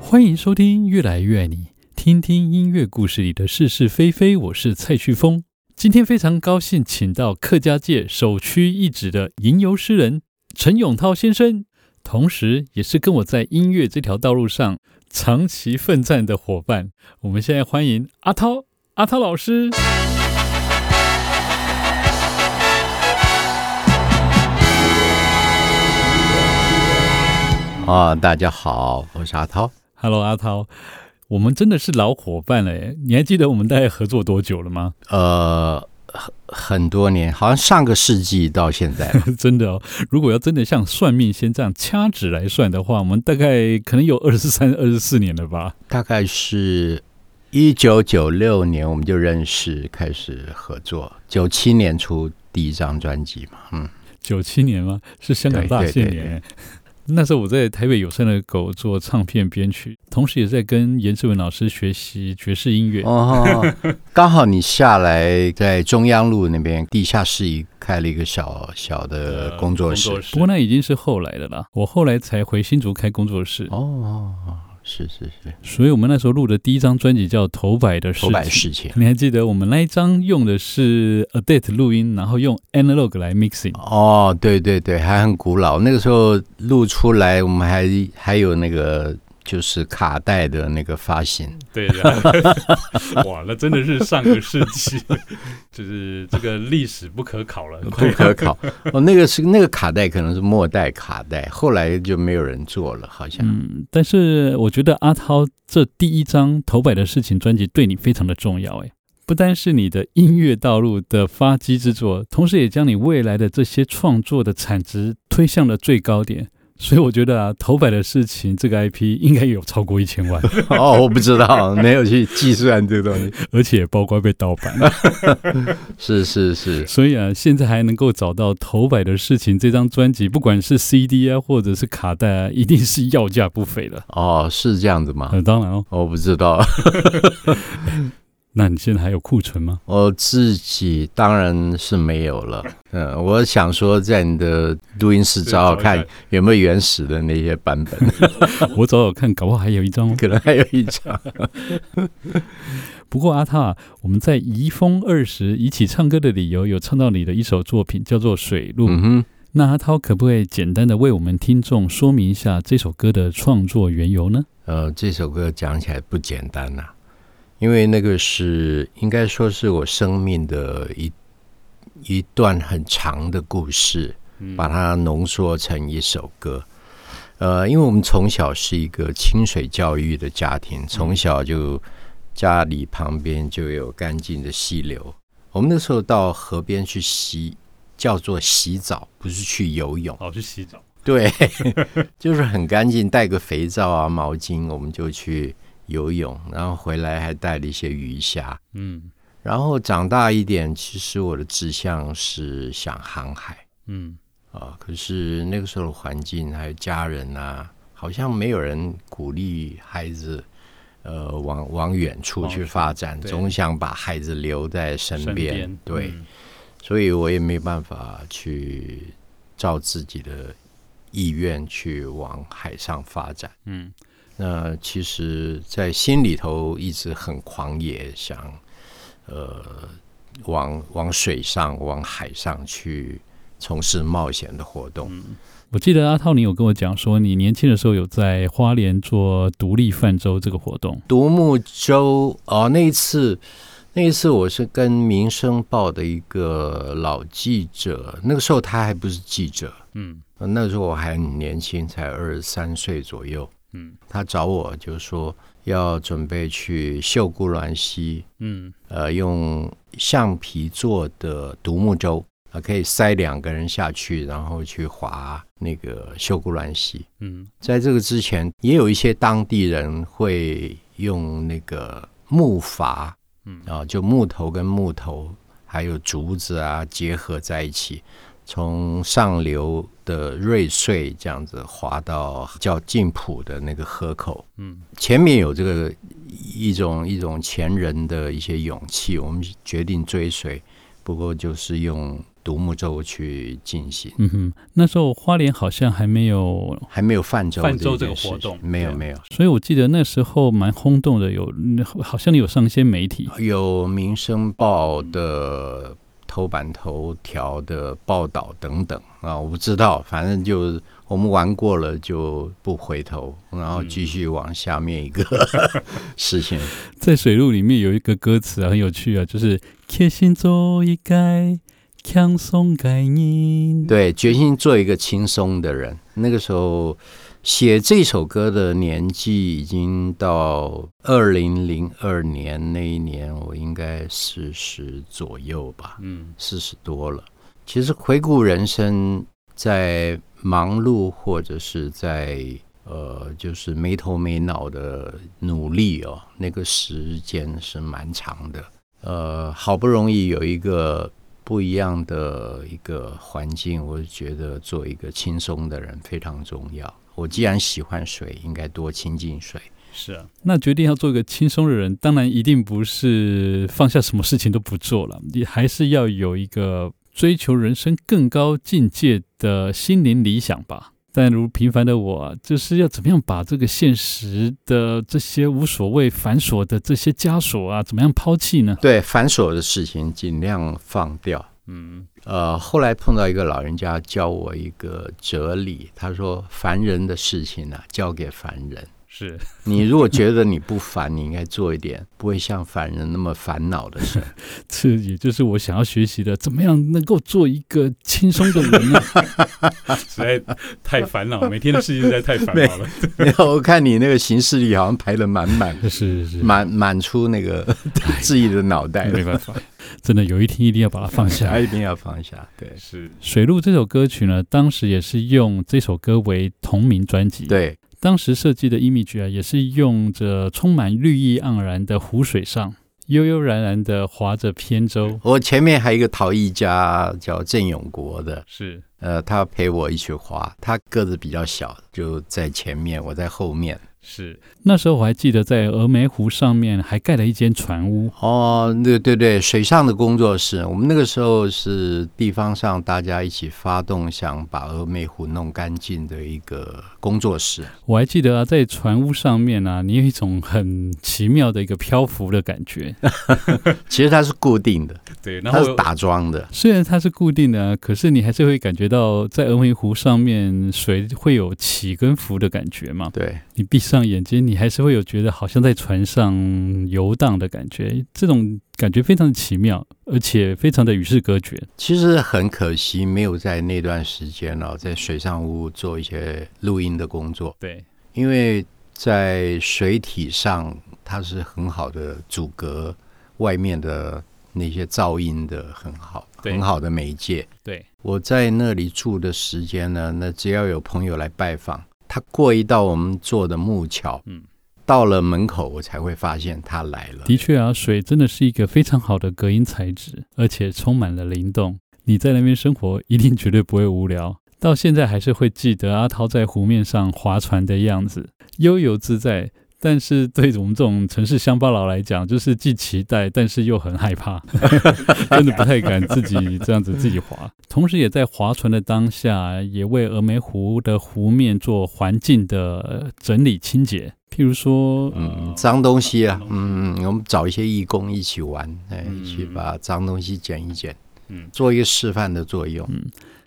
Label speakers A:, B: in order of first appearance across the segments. A: 欢迎收听《越来越爱你》，听听音乐故事里的是是非非。我是蔡旭峰，今天非常高兴请到客家界首屈一指的吟游诗人陈永涛先生，同时也是跟我在音乐这条道路上长期奋战的伙伴。我们现在欢迎阿涛，阿涛老师。
B: 啊、大家好，我是阿涛。
A: Hello，阿涛，我们真的是老伙伴了耶！你还记得我们大概合作多久了吗？
B: 呃，很很多年，好像上个世纪到现在 吧
A: 真的哦，如果要真的像算命先这样掐指来算的话，我们大概可能有二十三、 二十四年了吧？
B: 大概是一九九六年我们就认识，开始合作。九七年出第一张专辑嘛，嗯，
A: 九七年吗？是香港大限
B: 对对对
A: 年。 那时候我在台北有声的狗做唱片编曲，同时也在跟严志文老师学习爵士音乐。
B: 哦，刚好你下来在中央路那边地下室一开了一个小小的呃工作室。
A: 不过那已经是后来的啦，我后来才回新竹开工作室。
B: 哦，是是是，
A: 所以我们那时候录的第一张专辑叫《头摆的事
B: 头版
A: 情
B: 事情。
A: 你还记得我们那一张用的是 a d a t e 录音，然后用 analog 来 mixing，
B: 哦，对对对，还很古老。那个时候录出来，我们还还有那个就是卡带的那个发行。
A: 对的， 哇，那真的是上个世纪， 就是这个历史不可考了，啊
B: 不可考 哦，那个是那个卡带可能是末代卡带，后来就没有人做了，好像。
A: 嗯，但是我觉得阿涛这第一张头摆的事情专辑对你非常的重要，哎，不单是你的音乐道路的发迹之作，同时也将你未来的这些创作的产值推向了最高点。所以我觉得啊，头摆的事情这个 IP 应该有超过一千万，
B: 哦，我不知道，没有去计算这个东西。
A: 而且也包括被盗版。
B: 是是是，
A: 所以啊，现在还能够找到头摆的事情这张专辑，不管是 CD 啊，或者是卡带啊， 一定是要价不菲的。
B: 哦，是这样子吗？
A: 呃，当然哦，
B: 我不知道。
A: 那你现在还有库存 吗？
B: 我自己当然是没有了，嗯，我想说在你的录音室找找看有没有原始的那些版本，
A: 我找找看，搞不好还有一张哦。
B: 可能还有一张。
A: 不过阿塔，我们在《移风二十》一起唱歌的理由有唱到你的一首作品，叫做《水路》。
B: 嗯哼，
A: 那阿涛可不可以简单的为我们听众说明一下这首歌的创作缘由呢？
B: 呃，这首歌讲起来不简单呐、因为那个是应该说是我生命的一一段很长的故事，把它浓缩成一首歌。呃，因为我们从小是一个清水教育的家庭，从小就家里旁边就有干净的溪流。我们那时候到河边去洗，叫做洗澡，不是去游泳。
A: 跑去洗澡。
B: 对， 就是很干净，带个肥皂啊、毛巾，我们就去游泳，然后回来还带了一些鱼虾。
A: 嗯
B: 然后长大一点，其实我的志向是想航海
A: 嗯，
B: 啊，可是那个时候的环境还有家人啊，好像没有人鼓励孩子。呃，往往远处去发展，
A: 对
B: 总想把孩子留在身边。对，
A: 嗯
B: 所以我也没办法去照自己的意愿去往海上发展。
A: 嗯，
B: 那其实，在心里头一直很狂野，想呃，往往水上、往海上去从事冒险的活动。
A: 我记得阿涛，你有跟我讲说，你年轻的时候有在花莲做独立泛舟这个活动。
B: 独木舟哦，那一次，那一次我是跟《民生报》的一个老记者，那个时候他还不是记者，
A: 嗯
B: 呃那时候我还很年轻，才二十三岁左右。
A: 嗯
B: 他找我就说要准备去秀姑峦溪，
A: 嗯
B: 呃，用橡皮做的独木舟，呃，可以塞两个人下去，然后去划那个秀姑峦溪。
A: 嗯
B: 在这个之前，也有一些当地人会用那个木筏，
A: 嗯
B: 啊，就木头跟木头还有竹子啊结合在一起，从上流的瑞穗这样子滑到叫晋浦的那个河口。
A: 嗯
B: 前面有这个一种一种前人的一些勇气，我们决定追随，不过就是用独木舟去进行，
A: 嗯哼，那时候花莲好像还没有，
B: 还没有泛舟
C: 泛舟
B: 这
C: 这
B: 件
C: 个活
B: 事情
C: 动
B: 没有
C: 对
B: 没有。
A: 所以我记得那时候蛮轰动的，有嗯好像有上一些媒体，
B: 有《民生报》的头版头条的报道等等啊，我不知道，反正就我们玩过了就不回头，然后继续往下面一个 事情。
A: 在水路里面有一个歌词啊，很有趣啊，就是贴心做一改，轻松改你。
B: 对，决心做一个轻松的人。那个时候写这首歌的年纪已经到二零零二年那一年，我应该四十左右吧。
C: 嗯
B: 四十多了。其实回顾人生，在忙碌或者是在呃，就是没头没脑的努力哦，那个时间是蛮长的。呃，好不容易有一个不一样的一个环境，我觉得做一个轻松的人非常重要。我既然喜欢水，应该多亲近水。
C: 是啊，
A: 那决定要做一个轻松的人，当然一定不是放下什么事情都不做了，你还是要有一个追求人生更高境界的心灵理想吧。但如平凡的我啊，就是要怎么样把这个现实的这些无所谓繁琐的这些枷锁啊，怎么样抛弃呢？
B: 对繁琐的事情，尽量放掉。
C: 嗯
B: 呃，后来碰到一个老人家教我一个哲理，他说：“凡人的事情呢、啊，交给凡人。
C: 是
B: 你如果觉得你不烦，你应该做一点不会像凡人那么烦恼的事。
A: 这也就是我想要学习的，怎么样能够做一个轻松的人呢、
C: 实在太烦恼，每天的事情实在太烦恼了。
B: 然后我看你那个行事历好像排的满满，
A: 是是，
B: 满满出那个自己的脑
C: 哎
B: 袋，
A: 没办法， 真的有一天一定要把它放下
B: 他。一定要放下。对
C: 是
A: 《水路》这首歌曲呢，当时也是用这首歌为同名专辑。，
B: 对，
A: 当时设计的 image 啊，也是用着充满绿意盎然的湖水上，悠悠然然的划着扁舟。
B: 我前面还有一个陶艺家叫郑永国的，
C: 是，
B: 呃，他陪我一起滑，他个子比较小，就在前面，我在后面。
C: 是
A: 那时候我还记得，在峨眉湖上面还盖了一间船屋。
B: 哦，对对对，水上的工作室，我们那个时候是地方上大家一起发动，想把峨眉湖弄干净的一个工作室。
A: 我还记得啊，在船屋上面啊，你有一种很奇妙的一个漂浮的感觉。
B: 其实它是固定的，
C: 对，然
B: 它
C: 后
B: 是打桩的。
A: 虽然它是固定的啊，可是你还是会感觉到在峨眉湖上面水会有起跟浮的感觉嘛。
B: 对，
A: 你闭上眼睛，你还是会有觉得好像在船上游荡的感觉，这种感觉非常的奇妙，而且非常的与世隔绝。
B: 其实很可惜没有在那段时间哦，在水上屋做一些录音的工作，
C: 对
B: 因为在水体上它是很好的阻隔外面的那些噪音的，很好，
C: 对
B: 很好的媒介。
C: 对
B: 我在那里住的时间呢，那只要有朋友来拜访，他过一道我们做的木桥，
C: 嗯，
B: 到了门口我才会发现他来了。
A: 的确啊，水真的是一个非常好的隔音材质，而且充满了灵动。你在那边生活，一定绝对不会无聊。到现在还是会记得阿涛在湖面上划船的样子，悠游自在。但是对我们这种城市乡巴佬来讲，就是既期待，但是又很害怕， 真的不太敢自己这样子自己划。同时，也在划船的当下，也为峨眉湖的湖面做环境的呃整理清洁，譬如说，
B: 嗯，脏东西啊
C: 脏，东西
B: 嗯，我们找一些义工一起玩，哎，
C: 嗯
B: 一起把脏东西捡一捡，
C: 嗯
B: 做一个示范的作用。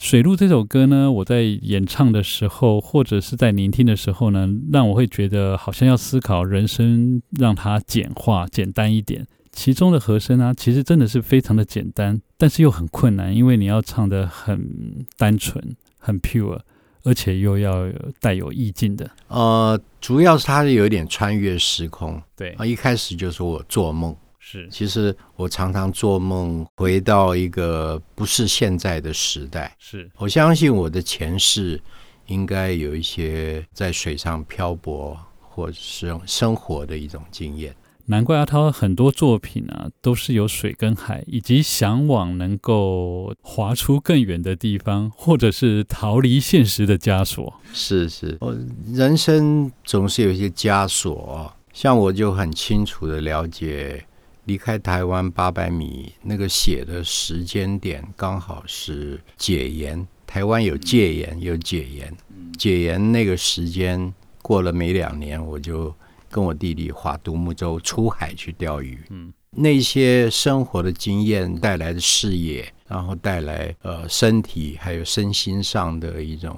A: 《水路》这首歌呢，我在演唱的时候，或者是在聆听的时候呢，让我会觉得好像要思考人生，让它简化、简单一点。其中的和声啊，其实真的是非常的简单，但是又很困难，因为你要唱的很单纯、很 pure，而且又要有带有意境的。
B: 呃，主要是它是有一点穿越时空
C: 对
B: 啊，一开始就说我做梦，
C: 是
B: 其实我常常做梦回到一个不是现在的时代。
C: 是
B: 我相信我的前世应该有一些在水上漂泊或是生活的一种经验。
A: 难怪阿涛很多作品啊，都是有水跟海，以及向往能够划出更远的地方，或者是逃离现实的枷锁。
B: 是是，我人哦生总是有一些枷锁哦、像我就很清楚的了解离开台湾八百米，那个写的时间点刚好是解严，台湾有戒严，有解严，解严那个时间过了没两年，我就跟我弟弟划独木舟出海去钓鱼。
A: 嗯，
B: 那些生活的经验带来的视野，然后带来呃身体还有身心上的一种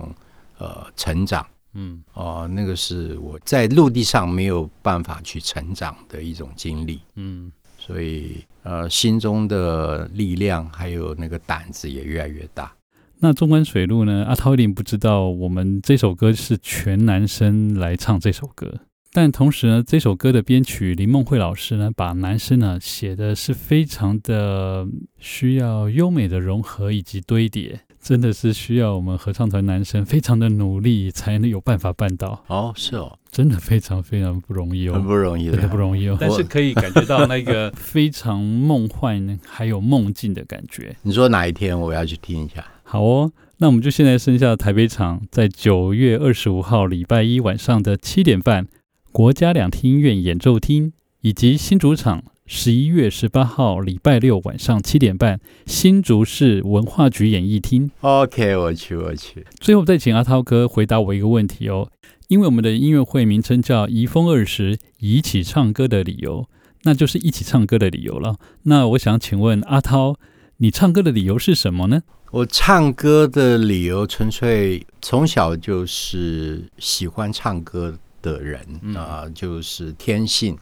B: 呃成长。
A: 嗯
B: 哦，那个是我在陆地上没有办法去成长的一种经历，
A: 嗯
B: 所以呃，心中的力量还有那个胆子也越来越大。
A: 那纵观水路呢？阿涛一定不知道我们这首歌是全男生来唱这首歌，但同时呢，这首歌的编曲林梦慧老师呢，把男生呢写的是非常的需要优美的融合以及堆叠，真的是需要我们合唱团男生非常的努力才能有办法办到，
B: 哦，是哦，
A: 真的非常非常不容易
B: 很
A: 哦，
B: 不容易啊
A: 真的
B: 的
A: 不。容易哦，
C: 但是可以感觉到那个
A: 非常梦幻还有梦境的感觉。
B: 你说哪一天我要去听一下？
A: 好哦，那我们就现在剩下台北场，在九月二十五号礼拜一晚上的七点半，国家两厅音乐演奏厅，以及新竹场十一月十八号礼拜六晚上七点半，新竹市文化局演艺厅。
B: OK，我去，我去。
A: 最后再请阿涛哥回答我一个问题哦，因为我们的音乐会名称叫“移风二十”，一起唱歌的理由，那就是一起唱歌的理由了。那我想请问阿涛，你唱歌的理由是什么呢？
B: 我唱歌的理由纯粹从小就是喜欢唱歌的人啊、
A: 嗯
B: 就是天性，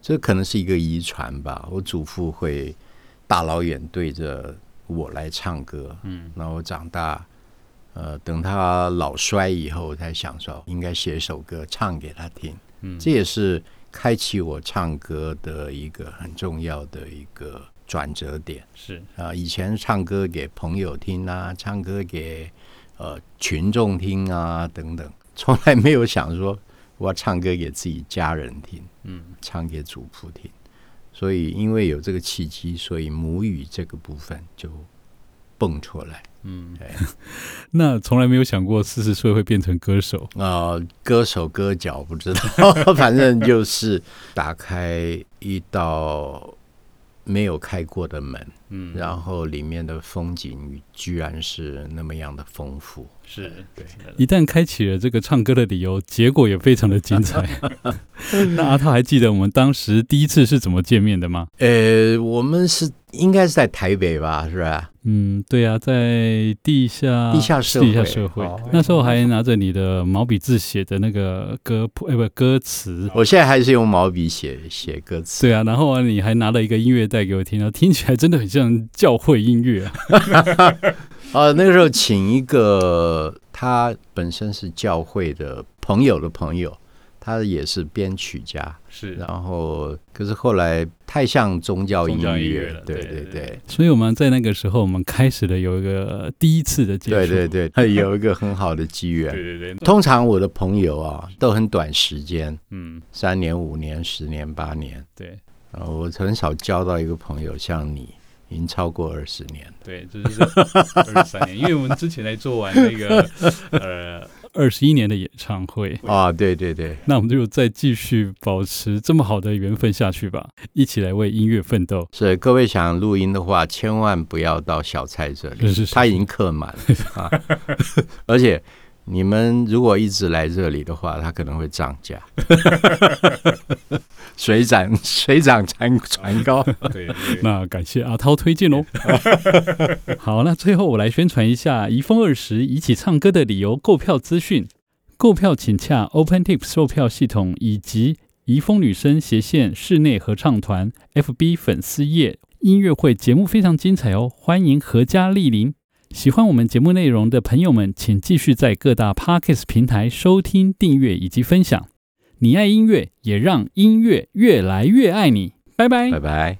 B: 这可能是一个遗传吧。我祖父会大老远对着我来唱歌，
A: 嗯
B: 那我长大，呃，等他老衰以后，我才想说应该写首歌唱给他听。
A: 嗯
B: 这也是开启我唱歌的一个很重要的一个转折点。
A: 是
B: 啊，以前唱歌给朋友听啊，唱歌给呃群众听啊等等，从来没有想说我要唱歌给自己家人听，
A: 嗯。
B: 唱给祖父听。所以因为有这个契机，所以母语这个部分就蹦出来。哎
A: 嗯
B: 对，
A: 那从来没有想过四十岁会变成歌手。
B: 呃，歌手歌脚不知道， 反正就是打开一道没有开过的门，
C: 嗯，
B: 然后里面的风景居然是那么样的丰富。
C: 是对，
A: 一旦开启了这个唱歌的理由，结果也非常的精彩。那阿涛还记得我们当时第一次是怎么见面的吗？
B: 呃，我们是应该是在台北吧，是吧？
A: 嗯，对啊，在地下
B: 地下社会
A: 地下社会
B: 哦，
A: 那时候还拿着你的毛笔字写的那个歌谱，哎，不，歌词。
B: 我现在还是用毛笔写写歌词。
A: 对啊，然后啊，你还拿了一个音乐带给我听，然后听起来真的很像教会音乐啊。
B: 呃，那个时候请一个他本身是教会的朋友的朋友，他也是编曲家，
C: 是
B: 然后可是后来太像宗教音
C: 宗教音
B: 乐
C: 乐了
B: 对
C: 对对
B: 对
A: 所以我们在那个时候，我们开始了有一个第一次的接触。
B: 对对对， 他有一个很好的机
C: 对
B: 缘。
C: 对对，
B: 通常我的朋友啊，都很短时间，
A: 嗯，
B: 三年、五年、十年、八年，
A: 对
B: 然后我很少交到一个朋友像你，已经超过二十年了。
C: 对，这就是二十三年，因为我们之前来做完那个呃，
A: 二十一年的演唱会，
B: 啊，对对对，
A: 那我们就再继续保持这么好的缘分下去吧，一起来为音乐奋斗。
B: 是各位想录音的话，千万不要到小蔡这里，
A: 是是是
B: 他已经客满了啊， 而且。你们如果一直来这里的话，他可能会涨 价，水涨水涨船船高。
C: 对对对，
A: 那感谢阿涛推荐哦。好，那最后我来宣传一下移风二十一起唱歌的理由购票资讯。购票请洽 OpenTix 售票系统以及移风女生斜线室内合唱团 FB 粉丝页。音乐会节目非常精彩哦，欢迎阖家莅临。喜欢我们节目内容的朋友们，请继续在各大 Podcast 平台收听、订阅以及分享。你爱音乐，也让音乐越来越爱你。拜拜
B: 拜。拜。